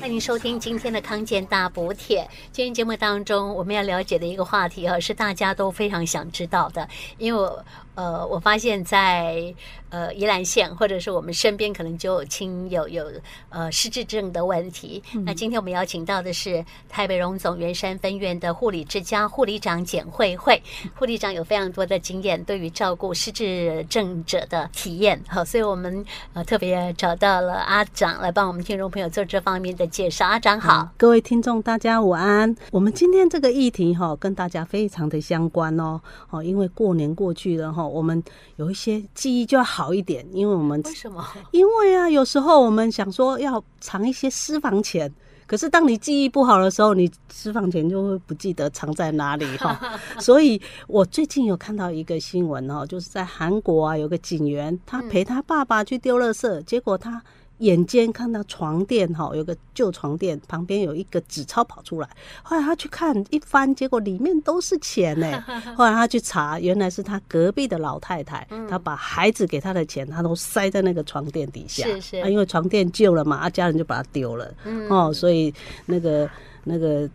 欢迎收听今天的康健大补帖。今天节目当中，我们要了解的一个话题啊，是大家都非常想知道的，因为我呃，我发现在呃宜兰县或者是我们身边可能就有亲友有呃失智症的问题。那今天我们邀请到的是台北荣总圆山分院的护理之家护理长简慧慧，护理长有非常多的经验，对于照顾失智症者的体验，好，所以我们呃特别找到了阿长来帮我们听众朋友做这方面的介绍。阿长好，各位听众，大家午安。我们今天这个议题哈、跟大家非常的相关哦。哦，因为过年过去了哈、我们有一些记忆就要好一点，因为我们为什么？因为啊，有时候我们想说要藏一些私房钱，可是当你记忆不好的时候，你私房钱就会不记得藏在哪里 哈。所以我最近有看到一个新闻哦，就是在韩国啊，有个警员他嗯陪他爸爸去丢垃圾，结果他。眼尖看到床垫哈，有个旧床垫旁边有一个纸钞跑出来，后来他去看一翻，结果里面都是 钱呢。后来他去查，原来是他隔壁的老太太，嗯她把孩子给她的钱，她都塞在那个床垫底下。是是啊因为床垫旧了嘛，啊，家人就把它丢了。嗯哦，所以那个那个。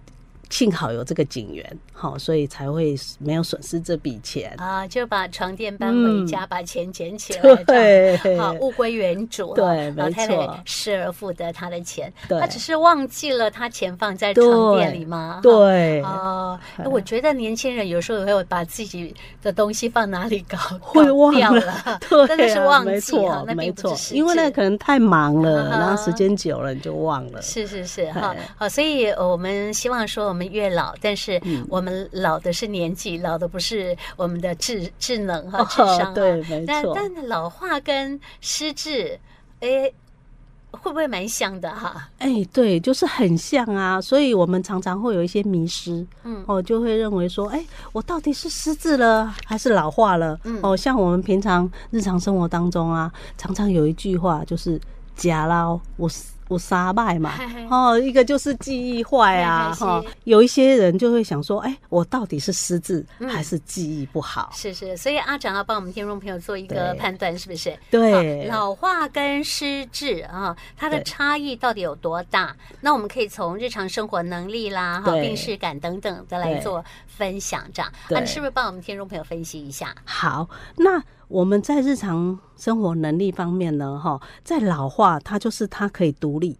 幸好有这个警员，好、所以才会没有损失这笔钱。啊，就把床垫搬回家，把钱捡起来，嗯对这样好物归原主。哦对老没太错太失而复得她的钱，对她只是忘记了她钱放在床垫里吗？哈。对，哦，哎我觉得年轻人有时候也会把自己的东西放哪里搞会忘搞掉了了，对、啊，真的是忘没记哈错，，那没并不错是，失因为那智可能太忙了，啊哈然后时间久了你就忘了。是是是哈哎，好，所以呃我们希望说我们越老，但是嗯我们老的是年纪，老的不是我们的智智能哈、哦智商、啊。 对没但错但老化跟失智，哎，会不会蛮像的哈、哎、对，就是很像啊，所以我们常常会有一些迷失，嗯哦，就会认为说，哎、我到底是失智了还是老化了？嗯哦，像我们平常日常生活当中啊，常常有一句话就是“假啦，我我杀败嘛”，嘿嘿哦，一个就是记忆坏啊，嘿嘿是哈、有一些人就会想说，哎、我到底是失智嗯还是记忆不好？是是，所以阿长要帮我们听众朋友做一个对判断，是不是？对好老化跟失智啊，它的对差异到底有多大？那我们可以从日常生活能力啦、哈对病视感等等的来对做分享，这样啊，对你是不是帮我们听众朋友分析一下？好，那我们在日常生活能力方面呢，哈，在老化，它就是它可以独立，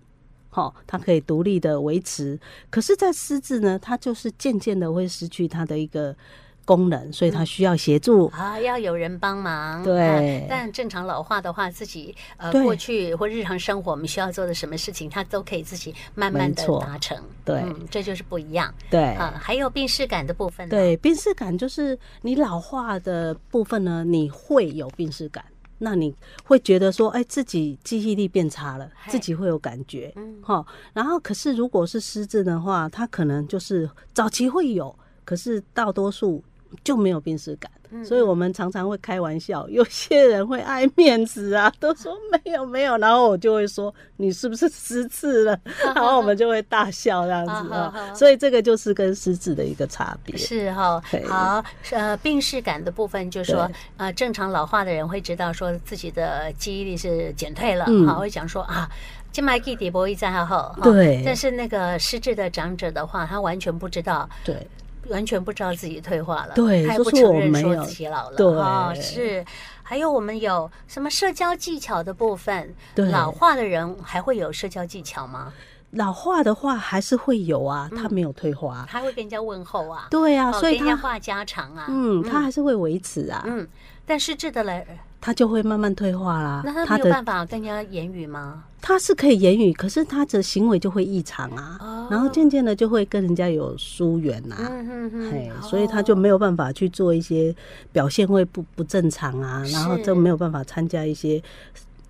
哈，它可以独立的维持。可是，在失智呢，它就是渐渐的会失去它的一个功能，所以嗯它需要协助。啊，要有人帮忙。对啊但正常老化的话，自己呃对过去或日常生活我们需要做的什么事情，他都可以自己慢慢的没错达成。对嗯，这就是不一样对。啊。还有病视感的部分呢，对，病视感就是你老化的部分呢，你会有病视感，那你会觉得说，哎，自己记忆力变差了，嗨自己会有感觉，嗯哈。然后，可是如果是失智的话，它可能就是早期会有，可是大多数就没有病视感。嗯所以我们常常会开玩笑，有些人会爱面子啊， 都说没有没有，然后我就会说你是不是失智了， 然后我们就会大笑这样子啊哈哈啊。所以这个就是跟失智的一个差别。是哈、对好，呃，病视感的部分就是说对，呃，正常老化的人会知道说自己的记忆力是减退了，嗯好，会讲说啊。静脉记底波一在后，哈对但是那个失智的长者的话，他完全不知道，对，完全不知道自己退化了，对他也不就说承我认没说有自己老了，对哦是。还有我们有什么社交技巧的部分？对老化的人还会有社交技巧吗？老化的话还是会有啊，它没有退化。他会跟人家问候啊，对啊，嗯哦所以跟人家它话家常啊，嗯，它还是会维持啊，嗯。但失智的人，它就会慢慢退化啦那。他它没有啊办的法跟人家言语吗？它是可以言语，可是它的行为就会异常哦啊，然后渐渐的就会跟人家有疏远呐。嗯哼嘿哼，，所以他就哦没有办法去做一些表现会不不正常啊，然后是就没有办法参加一些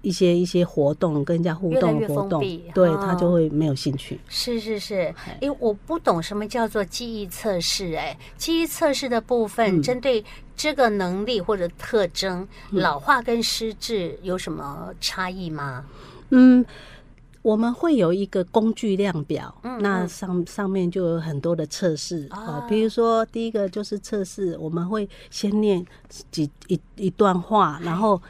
一些一些活动，跟人家互越来动越活封动闭，对哦他就会没有兴趣。是是是嘿，因为我不懂什么叫做记忆测试、哎，记忆测试的部嗯分针对这个能力或者特征，老化跟失智有什么差异吗？嗯，我们会有一个工具量表，嗯那嗯上上面就有很多的测试啊啊，比如说第一个就是测试，我们会先念几一一段话，然后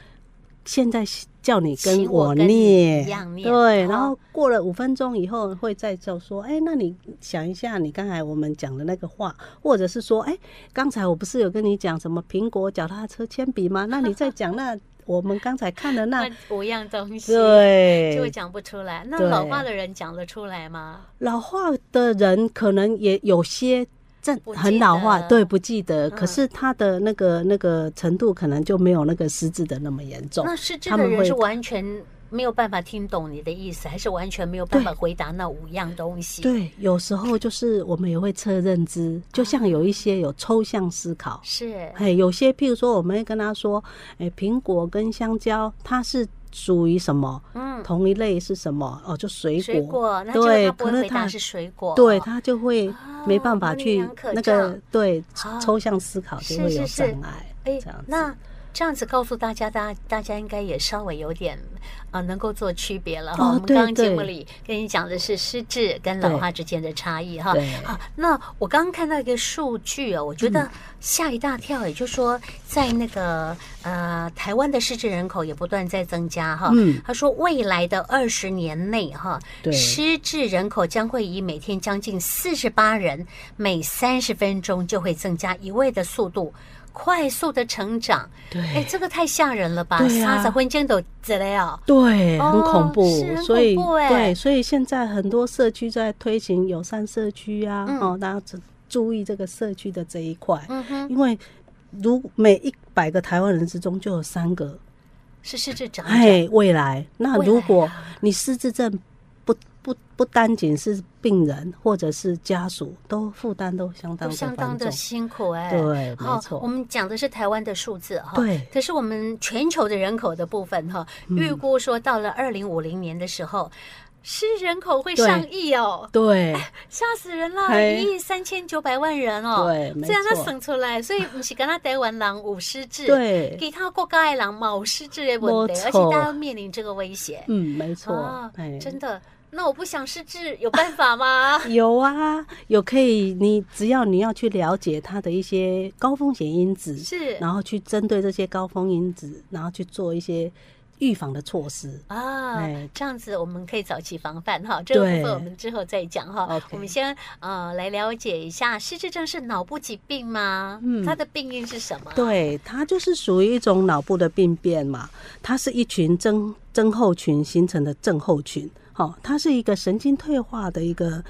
现在叫你跟哎请我跟念你一样念对，哦然后过了五分钟以后会再叫说，哎、那你想一下你刚才我们讲的那个话，或者是说，哎、刚才我不是有跟你讲什么苹果、脚踏车、铅笔吗？那你再讲那我们刚才看的 那那五样东西，，就会对讲不出来。那对老化的人讲得出来吗？老化的人可能也有些。正不记很老化，得对，不记得，嗯可是他的那个那个程度可能就没有那个失智的那么严重。那失智他的们人会是完全没有办法听懂你的意思，还是完全没有办法回答那五样东西？，对，有时候就是我们也会测认知，就像有一些有抽象思啊考，是哎，有些譬如说我们会跟他说，哎，苹果跟香蕉它是属于什么，嗯，同一类是什么？哦，就水果。水果，那结对，果他不会可能回答他是水果，对他就会没办哦法模棱去两可那状个对哦抽象思考就是会有是障是碍。哎这样子，那这样子告诉大家，大大家应该也稍微有点啊、呃能够做区别了哈。哦我们对刚刚节对目里跟你讲的是失智跟老化之间的差异哈。对啊，那我刚刚看到一个数据哦，我觉嗯得吓一大跳，也就是说，在那个呃台湾的失智人口也不断在增加哈。嗯，他说，未来的二十年内，哈，对失智人口将会以每天将近四十八人每三十分钟就会增加一位的速度，快速的成长。哎，对这个太吓人了吧！对啊撒撒婚见斗之类哦。对，很哦恐怖是，很所以恐怖欸对，所以现在很多社区在推行友善社区啊嗯，哦，大家只注意这个社区的这一块，嗯哼，因为如每一百个台湾人之中就有三个，是失智长者，哎，未来那哦未来啊如果你失智症不不不单仅是病人或者是家属，都负担都相当都的相当繁的重，辛苦哎。对，好没我错，们讲的是台湾的数字哈。。对，嗯可是我们全球的人口的部分哈，预估说到了二零五零年的时候，失智人口会对上亿哦。对，吓死人了！嘿一亿三千九百万人哦，对没这样他错省出来，所以不是跟他台湾人有失智，，对，其他国家的人嘛有失智的问题，没而且错大家面临这个威胁，嗯，没错啊，，哎，？真的。那我不想失智，有办法吗 有啊，有可以，你只要你要去了解它的一些高风险因子，是然后去针对这些高风险因子，然后去做一些预防的措施。啊哎，这样子我们可以早期防范哈，这个部分对我们之后再讲哈 OK。我们先呃来了解一下失智症是脑部疾病吗？嗯它的病因是什么？对，它就是属于一种脑部的病变嘛，它是一群症症候群形成的症候群，好、它是一个神经退化的一个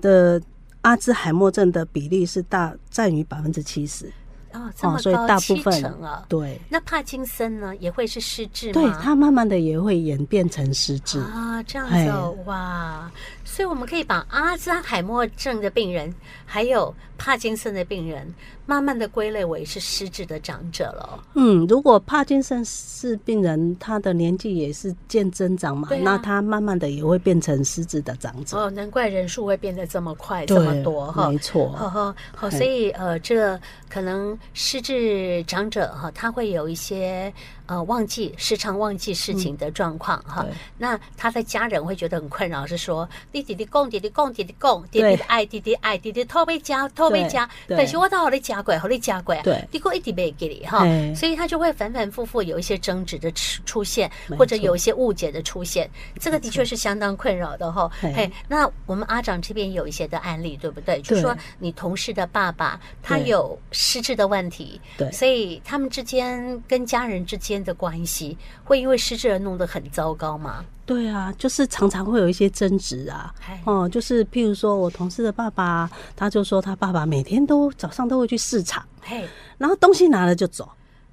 的阿兹海默症的比例是大占于百分之七十，哦，这哦，么所以高大部七分成啊。对。那帕金森呢，也会是失智吗？对，它慢慢的也会演变成失智。啊，这样子哦，哎哇！所以我们可以把阿兹海默症的病人，还有帕金森的病人，慢慢的归类为是失智的长者了。嗯，如果帕金森氏病人他的年纪也是渐增长嘛，对啊那他慢慢的也会变成失智的长者。哦，难怪人数会变得这么快，对，这么多哈。哦没错。呵呵，好，嗯所以呃，这可能失智长者哈，他会有一些呃忘记时常忘记事情的状况哈对。那他的家人会觉得很困扰，是说弟弟弟供弟弟供弟弟供弟弟对爱弟弟爱弟弟偷被家偷被家，对但是我到我的家鬼，我的家鬼，对你给我一直没给你哈，嘿所以他就会反反复复有一些争执的出出现没，或者错有一些误解的出现，这个的确是相当困扰的哈。嘿嘿，那我们阿长这边有一些的案例，对不对？就说你同事的爸爸他对有失智的问题，对所以他们之间跟家人之间的关系会因为失智而弄得很糟糕吗？对啊，就是常常会有一些争执啊。哎，哦，就是譬如说我同事的爸爸，他就说他爸爸每天都早上都会去市场，嘿，然后东西拿了就走，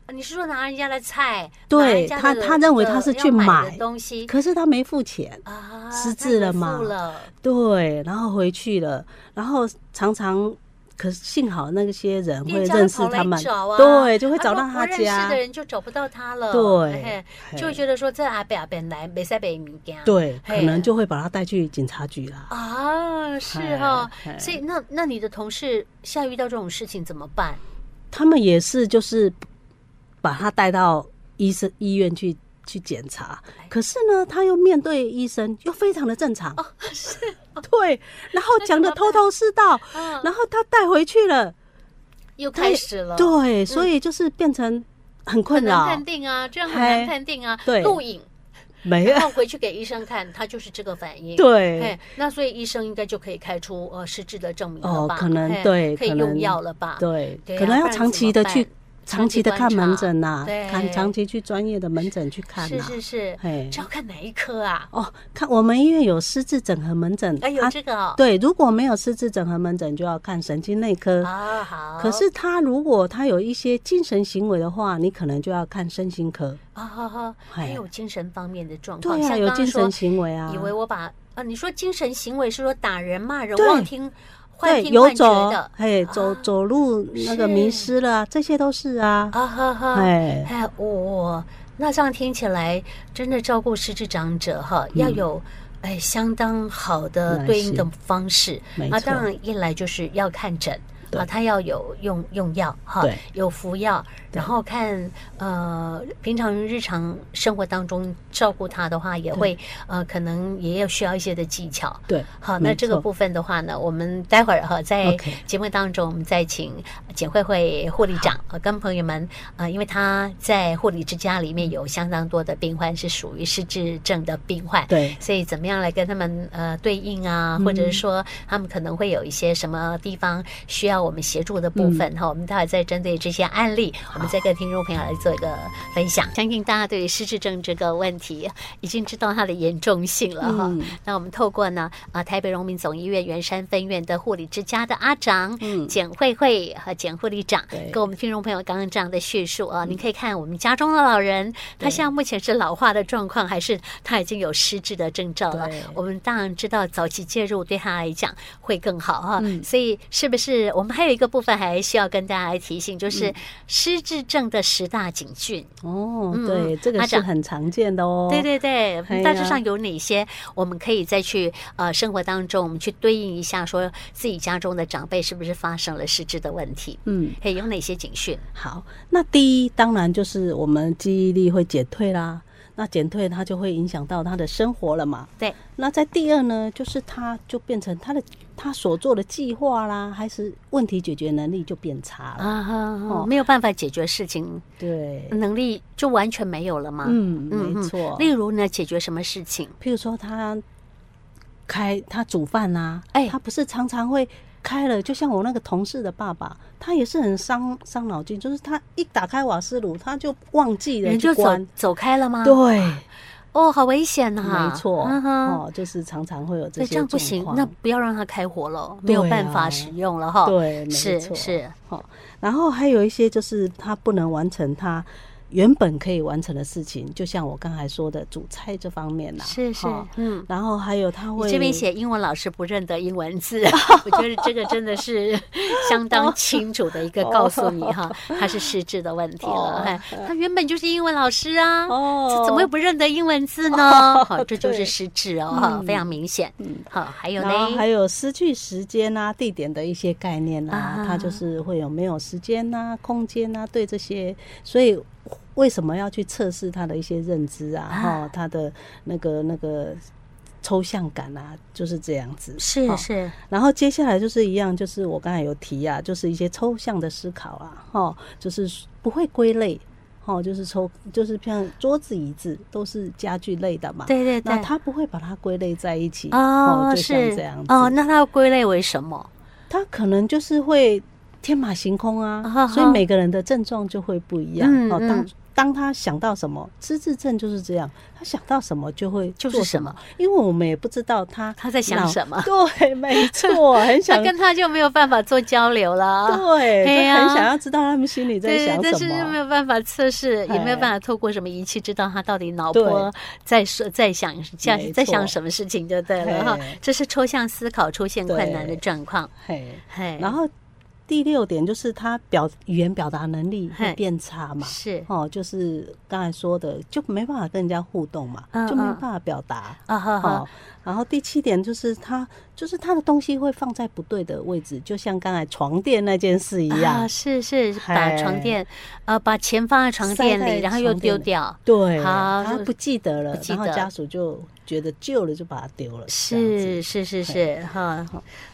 你是说拿人家的菜，对拿人家他的他认为他是要去买的买东西可是他没付钱。啊，失那智你了嘛付了对，然后回去了，然后常常，可是幸好那些人会店家就认识跑来他们，找啊，对，就会啊找如到果他不认识家的，人就找不到他了，对嘿嘿就会觉得说这阿伯阿伯来没塞北米家，对，嘿可能就会把他带去警察局啦。啊，是哈、嘿嘿所以那那你的同事现在遇到这种事情怎么办？他们也是就是把他带到医生医院去去检查，可是呢，他又面对医生又非常的正常，哎哦，是对，然后讲的头头是道，啊，然后他带回去了，又开始了，对，所以就是变成很困嗯很难扰判，定啊，这样很难嘿判定啊。对录影，没有然后回去给医生看，他就是这个反应。对哎，那所以医生应该就可以开出呃失智的证明了哦吧？，可能哎对，可以可能用药了吧？对对，可啊能不要然长怎期么的办去长长期期的观看门察诊呐对，看长期去专业的门诊去看是呐，是是，嘿这要看哪一科啊？哦，看我们医院有失智整合门诊，哎，有啊这个哦。对，如果没有失智整合门诊，就要看神经内科。啊，好。可是他如果他有一些精神行为的话，你可能就要看身心科。啊，哈哈，还哎有精神方面的状况，对啊，像有刚精刚说神，行为啊以，为我把啊，你说精神行为是说打人、骂人、对妄听、幻对，听、游幻觉走的，嘿，走啊走路那个迷失了啊，这些都是啊。啊，哈哈。哎，哎，我、我那这样听起来，真的照顾失智长者哈，要有哎相当好的嗯那对应是的方式没啊。错当然，一来就是要看诊啊，对他要有用用药哈对，有服药，然后看呃平常日常生活当中照顾他的话，也会呃可能也要需要一些的技巧。对，好，没那这个错部分的话呢，我们待会儿哈，在 OK 节目当中，我们再请简慧慧护理长呃跟朋友们呃，因为她在护理之家里面有相当多的病患是属于失智症的病患，对嗯所以怎么样来跟他们呃对应啊，或者是说他们可能会有一些什么地方需要我们协助的部分嗯哈、我们待会儿再针对这些案例，我们再跟听众朋友来做一个分享。相信大家对于失智症这个问题已经知道它的严重性了哈。嗯那我们透过呢啊、台北荣民总医院圆山分院的护理之家的阿长、嗯简慧慧和简护理长对，嗯跟我们听众朋友刚刚这样的叙述啊，你可以看我们家中的老人，他现在目前是老化的状况，还是他已经有失智的征兆了对？我们当然知道早期介入对他来讲会更好啊，嗯所以是不是我们还有一个部分还需要跟大家来提醒，嗯就是失智症的十大警讯？哦，嗯对，这阿个是长很常见的哦。对对对哎，呀大致上有哪些我们可以再去呃生活当中，我们去对应一下，说自己家中的长辈是不是发生了失智的问题？嗯，嘿，有哪些警讯？好，那第一当然就是我们记忆力会减退啦，那减退它就会影响到他的生活了嘛。对，那在第二呢，就是他就变成他的他所做的计划啦，还是问题解决能力就变差了。啊，哈，没有办法解决事情，对，能力就完全没有了吗？嗯，嗯没错。例如呢，解决什么事情？譬如说他开他煮饭啦、哎他不是常常会开了，就像我那个同事的爸爸，他也是很伤伤脑筋，就是他一打开瓦斯炉，他就忘记了人去就走关。走开了吗？，对，哦，好危险呐、没错，嗯哼，哦，就是常常会有这对，些这样不行状，况那不要让它开火了，没有对办法啊使用了哈。，对，没是错。是，然后还有一些就是他不能完成他原本可以完成的事情，就像我刚才说的煮菜这方面啦、是是哦，嗯。然后还有他会你这边写英文老师不认得英文 字，我觉得这个真的是相哦当清楚的一个告诉你哈，他是失智的问题了哦。哎，他原本就是英文老师啊，哦这怎么会不认得英文字呢？好，这就是对嗯失智哦，哈，非常明显。好，还有然后呢还，有失去时间啊、地点的一些概念啊啊，它就是会有没有时间呐、空间呐，对这些，所以为什么要去测试他的一些认知啊？哈、啊他的那个那个抽象感啊，就是这样子。是哈是，然后接下来就是一样，就是我刚才有提啊，就是一些抽象的思考啊，哈，就是不会归类，哈，就是抽，就是像桌子、椅子都是家具类的嘛，对对那对。他不会把它归类在一起，哦，就像是这样子，哦，那它要归类为什么？他可能就是会天马行空啊哈啊，哈所以每个人的症状就会不一样，嗯哦，嗯当。当他想到什么，失智症就是这样，他想到什么就会就是做什什么么，因为我们也不知道他他在想脑什么 对，没错，很 他想跟他就没有办法做交流了。对，嘿就呀很想要知道他们心里在对，想但什是又没么。有办法测试，也没有哎办法透过什么仪器知道他到底脑对波在说在想想没在想错什么事情就对了哈哎。这是抽象思考出现困难的对状况。嘿，嘿，然后第六点就是他表语言表达能力嘿会变差嘛，是哦，就是刚才说的，就没办法跟人家互动嘛，嗯就没嗯办法表达。啊哈哈哦，然后第七点就是他就是他的东西会放在不对的位置，就像刚才床垫那件事一样啊，。是是，把床垫，呃，把钱放在床塞垫在里，然后又床垫丢里掉，对，好他就不记得了不，记然后得家属就觉得旧了，就把它丢了。这样是子是是是哈，啊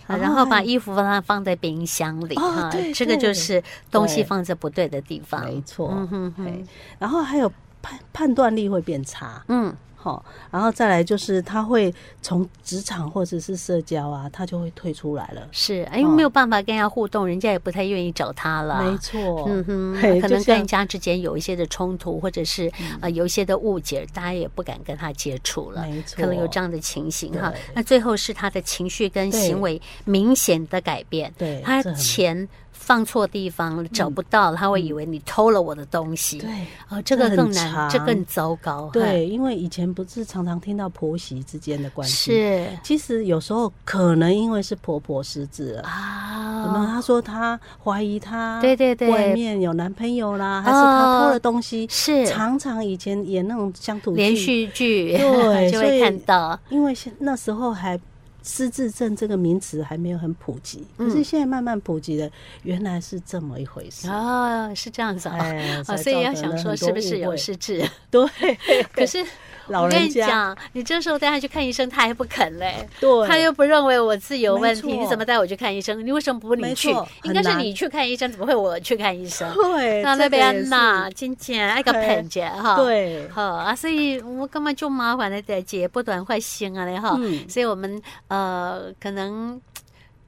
然然后后把还衣服把它放在冰箱里哦哈对，这个就对是东西对放在不对的地方，没错。嗯哼嘿哼，然后还有判判断力会变差，嗯好，然后再来就是他会从职场或者是社交啊，他就会退出来了。是，因为没有办法跟人家互动，人家也不太愿意找他了，哦没错，嗯哼，嘿可就能跟像人家之间有一些的冲突，或者是呃有一些的误解，大家也不敢跟他接触了，没错，可能有这样的情形哈对。那最后是他的情绪跟对行为明显的改变，对他这很钱放错地方了找不到了，他会以为你偷了我的东西，对。哦，这个这很更难，长这更糟糕，嘿，对，因为以前不是常常听到婆媳之间的关系，是其实有时候可能因为是婆婆失智了，怎么啊，她说她怀疑她对对对外面有男朋友啦，还是她偷了东西，是常常以前演那种乡土剧连续剧对 就所会以看到，因为现那时候还失智症这个名词还没有很普及，嗯可是现在慢慢普及了，原来是这么一回事。哦，是这样子啊。哎啊，才所以要造成想了说很是多不是误有会失 智？对，可是 老我跟人你家讲，你这时候带他去看医生，他还不肯嘞， 对，他又不认为我自己有问题，没错你怎么带我去看医生？你为什么不你没去错？应该很是难你去看医生，怎么会我去看医生？ 对， 那那这个也边是呐，金姐爱个嘿骗姐哈，，对，好啊，所以我根本就麻烦的代姐不短坏心啊嘞哈，嗯，所以我们呃可能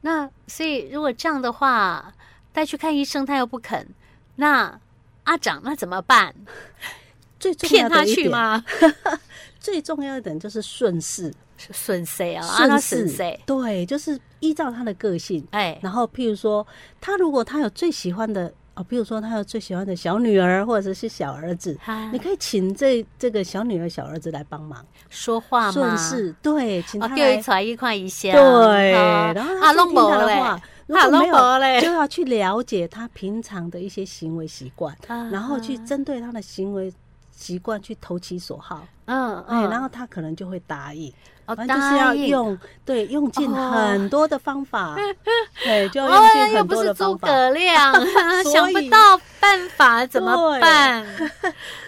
那所以如果这样的话，带去看医生他又不肯，那阿长那怎么办？最重骗要他的一去点，吗？ 最重要的一点就是顺势，损谁啊？啊，他顺损势谁，？对，就是依照他的个性，哎，然后譬如说，他如果他有最喜欢的啊，譬如说他有最喜欢的小女儿或者是小儿子，他你可以请这这个小女儿、小儿子来帮忙，说话顺嘛，势对，请啊，他叫伊来、传一块一下，对，啊然后啊，他就拢听他无的嘞，话，如啊，果拢没有，无嘞就，要去了解他平常的一些行为习惯，啊然后去，针对他的行为。习惯去投其所好，嗯哎、嗯，然后他可能就会答应，哦反正就是要答应用对用尽哦很多的方 法，对，就要用哦，尽又很不多是的诸方法。葛亮， 所以想不到办法怎么对办？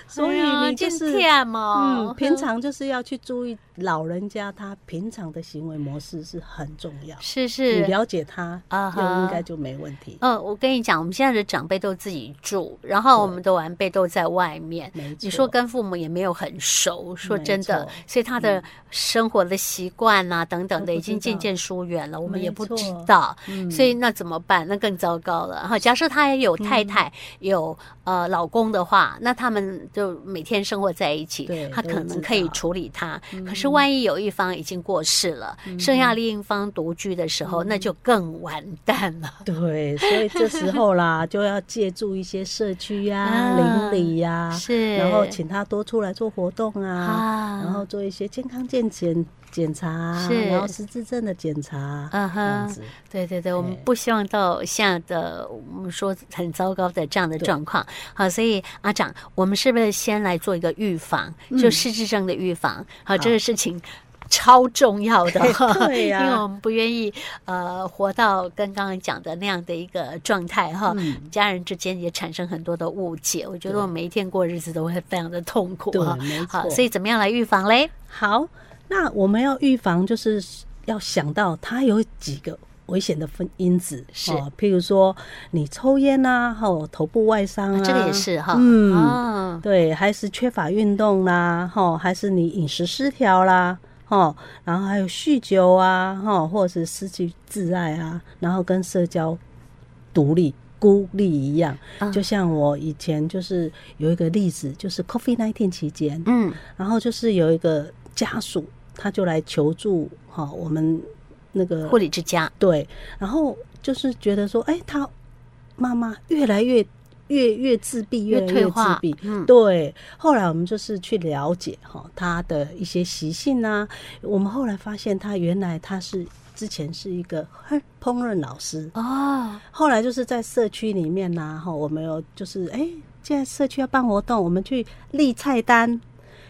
所以哎呀你就真是忝哦嗯，平常就是要去注意老人家他平常的行为模式是很重要，是你是了解他，啊就哈应该就没问题。呃，我跟你讲，我们现在的长辈都自己住，然后我对们的晚辈都在外面。没错，你说跟父母也没有很熟，说没真的错，所以他的生活的习惯呐、等等都的，不已经知渐道渐疏远了，我们没也不知错道。嗯所以那怎么办？那更糟糕了哈。假设他也有太太、嗯有呃老公的话，那他们就每天生活在一起对，他可都能知可以道嗯处理他。可是万一有一方已经过世了，剩下另一方独居的时候，那就更完蛋了。对，所以这时候啦，就要借助一些社区呀、 啊邻里呀，是，然后请他多出来做活动啊，啊，然后做一些健康健检检查啊，是然后失智症的检查，嗯这样哼，子。对对对，我们对不希望到现在的我们说很糟糕的这样的对状况。好，所以阿长，我们是不是先来做一个预防，就嗯失智症的预防？好，这个事情。超重要的哈，哎对呀 因为我们不愿意呃活到跟刚刚讲的那样的一个状态哈，嗯家人之间也产生很多的误解。我觉得对我每一天过日子都会非常的痛苦对哈。没好，错所以怎么样来预防嘞？好，那我们要预防，就是要想到它有几个危险的分因子，是哦，譬如说你抽烟呐、啊，哦，头部外伤啊，这个也是哈，嗯啊对，还是缺乏运动啦，哈，还是你饮食失调啦，哈，然后还有酗酒啊，哈，或者是失去挚爱啊，然后跟社交独立。孤立一样啊，就像我以前就是有一个例子，就是 COVID nineteen 期间，嗯，然后就是有一个家属，他就来求助哈、我们那个护理之家，对，然后就是觉得说，哎，他妈妈越来越越越自闭，越越来退越自化，闭。嗯，对，后来我们就是去了解哈他的一些习性啊，我们后来发现他原来他是之前是一个烹烹饪老师，哦，后来就是在社区里面呐、哈，我们有就是哎、现在社区要办活动，我们去立菜单，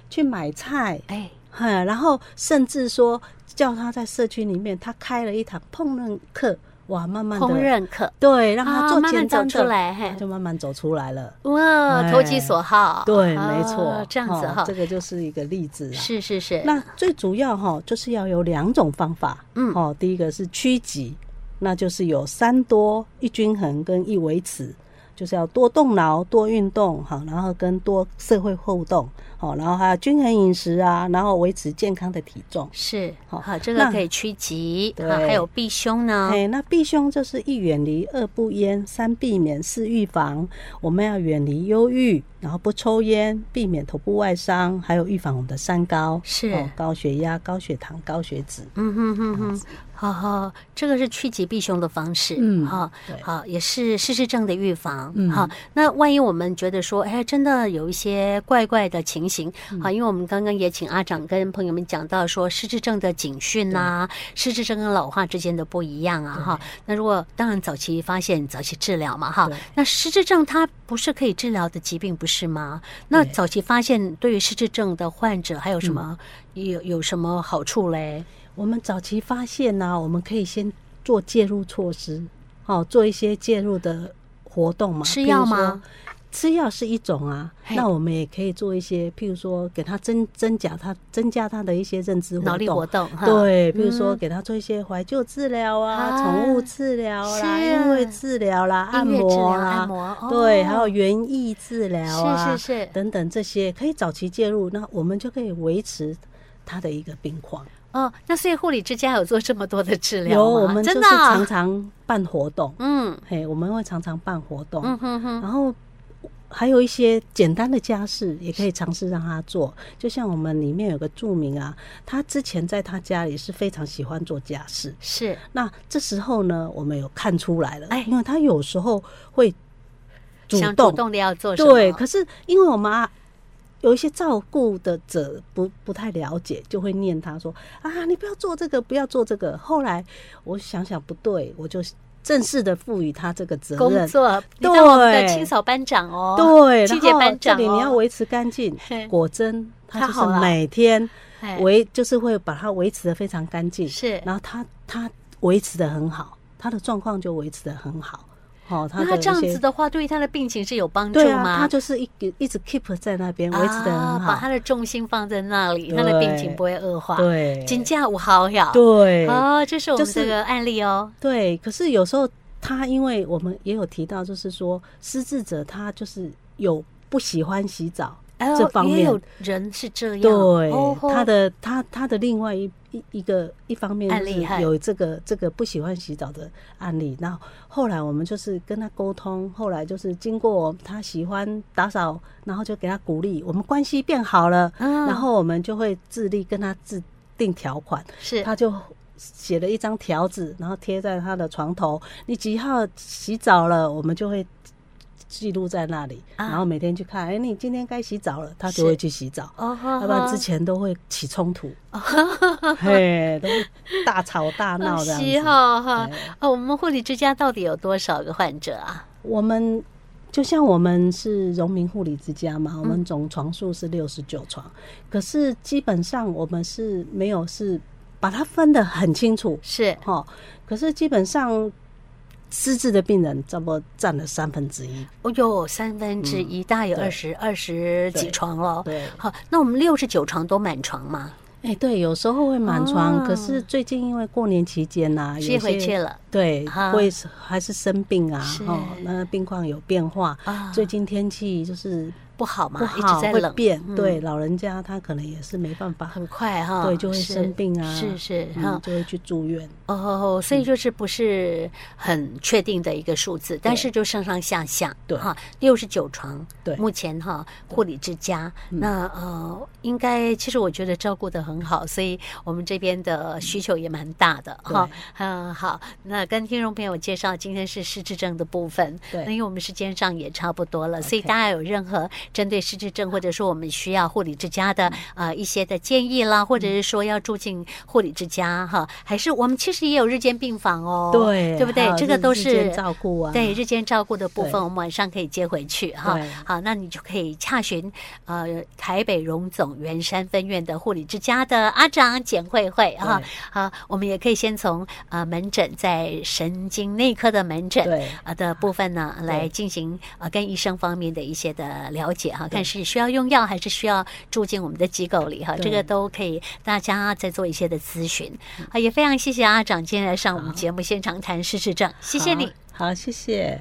去买菜，哎，哎，然后甚至说叫他在社区里面，他开了一堂烹饪课，哇，慢慢的烹饪课，对，让他啊做慢慢简单走的，出来，嘿他，就慢慢走出来了。哇，哎投其所好，对，啊没错，这样子哦哈这，个就是一个例子、啊。是是是，那最主要哈、就是要有两种方法。嗯哦，第一个是趋吉，那就是有三多、一均衡跟一维持，就是要多动脑、多运动，好，然后跟多社会互动，好，然后还有均衡饮食啊，然后维持健康的体重。是好好，这个哦那可以趋吉，对好还有避凶呢，哎，那避凶就是一远离，二不烟，三避免，四预防。我们要远离忧郁，然后不抽烟，避免头部外伤，还有预防我们的三高，是哦、高血压、高血糖、高血脂。嗯哼哼哼，好好，这个是趋吉避凶的方式，嗯好、对好，也是失智症的预防，嗯好。那万一我们觉得说，哎，真的有一些怪怪的情形，好，因为我们刚刚也请阿长跟朋友们讲到说，失智症的警讯呐、失智症跟老化之间的不一样啊，哈。那如果当然早期发现、早期治疗嘛，哈对。那失智症它不是可以治疗的疾病，不是吗？那对早期发现对于失智症的患者还有什么、有有什么好处嘞？我们早期发现呢、我们可以先做介入措施，哦，做一些介入的活动嘛，吃药吗譬如说？吃药是一种啊，嘿那我们也可以做一些，譬如说给他增增加他增加他的一些认知活脑力活动。动，哈，对，比如说嗯给他做一些怀旧治疗啊、啊宠物治疗啦、是音乐治疗啦、按音乐治疗、摩按啦，摩，哦对，还有园艺治疗啊，是是是，等等这些可以早期介入，那我们就可以维持他的一个病况。哦，那所以护理之家有做这么多的治疗有，吗我们就真是的啊常常办活动，嗯嘿，我们会常常办活动，嗯哼哼，然后还有一些简单的家事也可以尝试让他做。就像我们里面有个著名啊，他之前在他家里是非常喜欢做家事，是那这时候呢，我们有看出来了，哎因为他有时候会主想主动，动的要做什么？对，可是因为我们啊。有一些照顾的者不不太了解，就会念他说啊，你不要做这个，不要做这个。后来我想想不对，我就正式的赋予他这个责工任。作，你当我们的对清扫班长哦，对，清然洁后班这长里你要哦，维持干净嘿。果真，太他就好了是每天哎维，就是会把它维持的非常干净。是然后他他维持的很好，他的状况就维持的很好。哦，他那的他一这样些子的话，对于他的病情是有帮助对啊，吗？他就是一个一直 keep 在那边，维持的啊很把好。他的重心放在那里，他的病情对不会恶化。，对，金价五好呀。对哦，这是我就们这是个案例哦。对。可是有时候他，因为我们也有提到，就是说失智者他就是有不喜欢洗澡哦这方也面有，人是这样，对哦吼他的他他的另外一一一个一方面案就例嗨是有这个这个不喜欢洗澡的案例。那后来我们就是跟他沟通，后来就是经过他喜欢打扫，然后就给他鼓励，我们关系变好了。嗯然后我们就会致力跟他制定条款，是他就写了一张条子，然后贴在他的床头。你几号洗澡了，我们就会记录在那里，啊然后每天去看。哎，你今天该洗澡了，他是就会去洗澡。哦，要要不然之前都会起 冲突，嘿，都会大吵大闹这样嗯是子。哎哈哈对哦，我们护理之家到底有多少个患者啊？我们就像我们是荣民护理之家嘛，我嗯们总床数是六十九床，可是基本上我们是没有是把它分得很清楚是哦。可是基本上失智的病人差不多占了三分之一，哦哟，三分之一，大约对二十二十几对床了。对好，那我们六十九床都满床吗？哎、对，有时候会满床，哦可是最近因为过年期间呐、啊有接回去些了对啊，会是还是生病啊是，哦，那病况有变化。啊？最近天气就是不好嘛，不一好，直在会冷，变，嗯对，老人家他可能也是没办法，很快哈，对，就会是生病啊，是是哈嗯，。就会去住院。哦，所以就是不是很确定的一个数字，但是就上上下下，对哈，六十九床，对嗯目前哈护理之家，那呃，应该其实我觉得照顾的很好，所以我们这边的需求也蛮大的哈。嗯，好，那跟听众朋友介绍，今天是失智症的部分，对那因为我们时间上也差不多了，所以 OK 大家有任何针对失智症，或者说我们需要护理之家的嗯呃一些的建议啦，或者是说要住进护理之家哈，还是我们其实也有日间病房哦，对，对不对还？有这个都日间是照顾啊，对日间照顾的部分，对我们晚上可以接回去哈对。好，那你就可以洽询呃台北荣总总圆山分院的护理之家的阿长简慧慧对啊，好，我们也可以先从呃门诊在神经内科的门诊对啊的部分呢，来进行呃跟医生方面的一些的了解哈，看是需要用药还是需要住进我们的机构里哈，对这个都可以大家再做一些的咨询嗯啊，也非常谢谢阿长今天来上我们节目现场谈失智症，谢谢你。好，好，谢谢。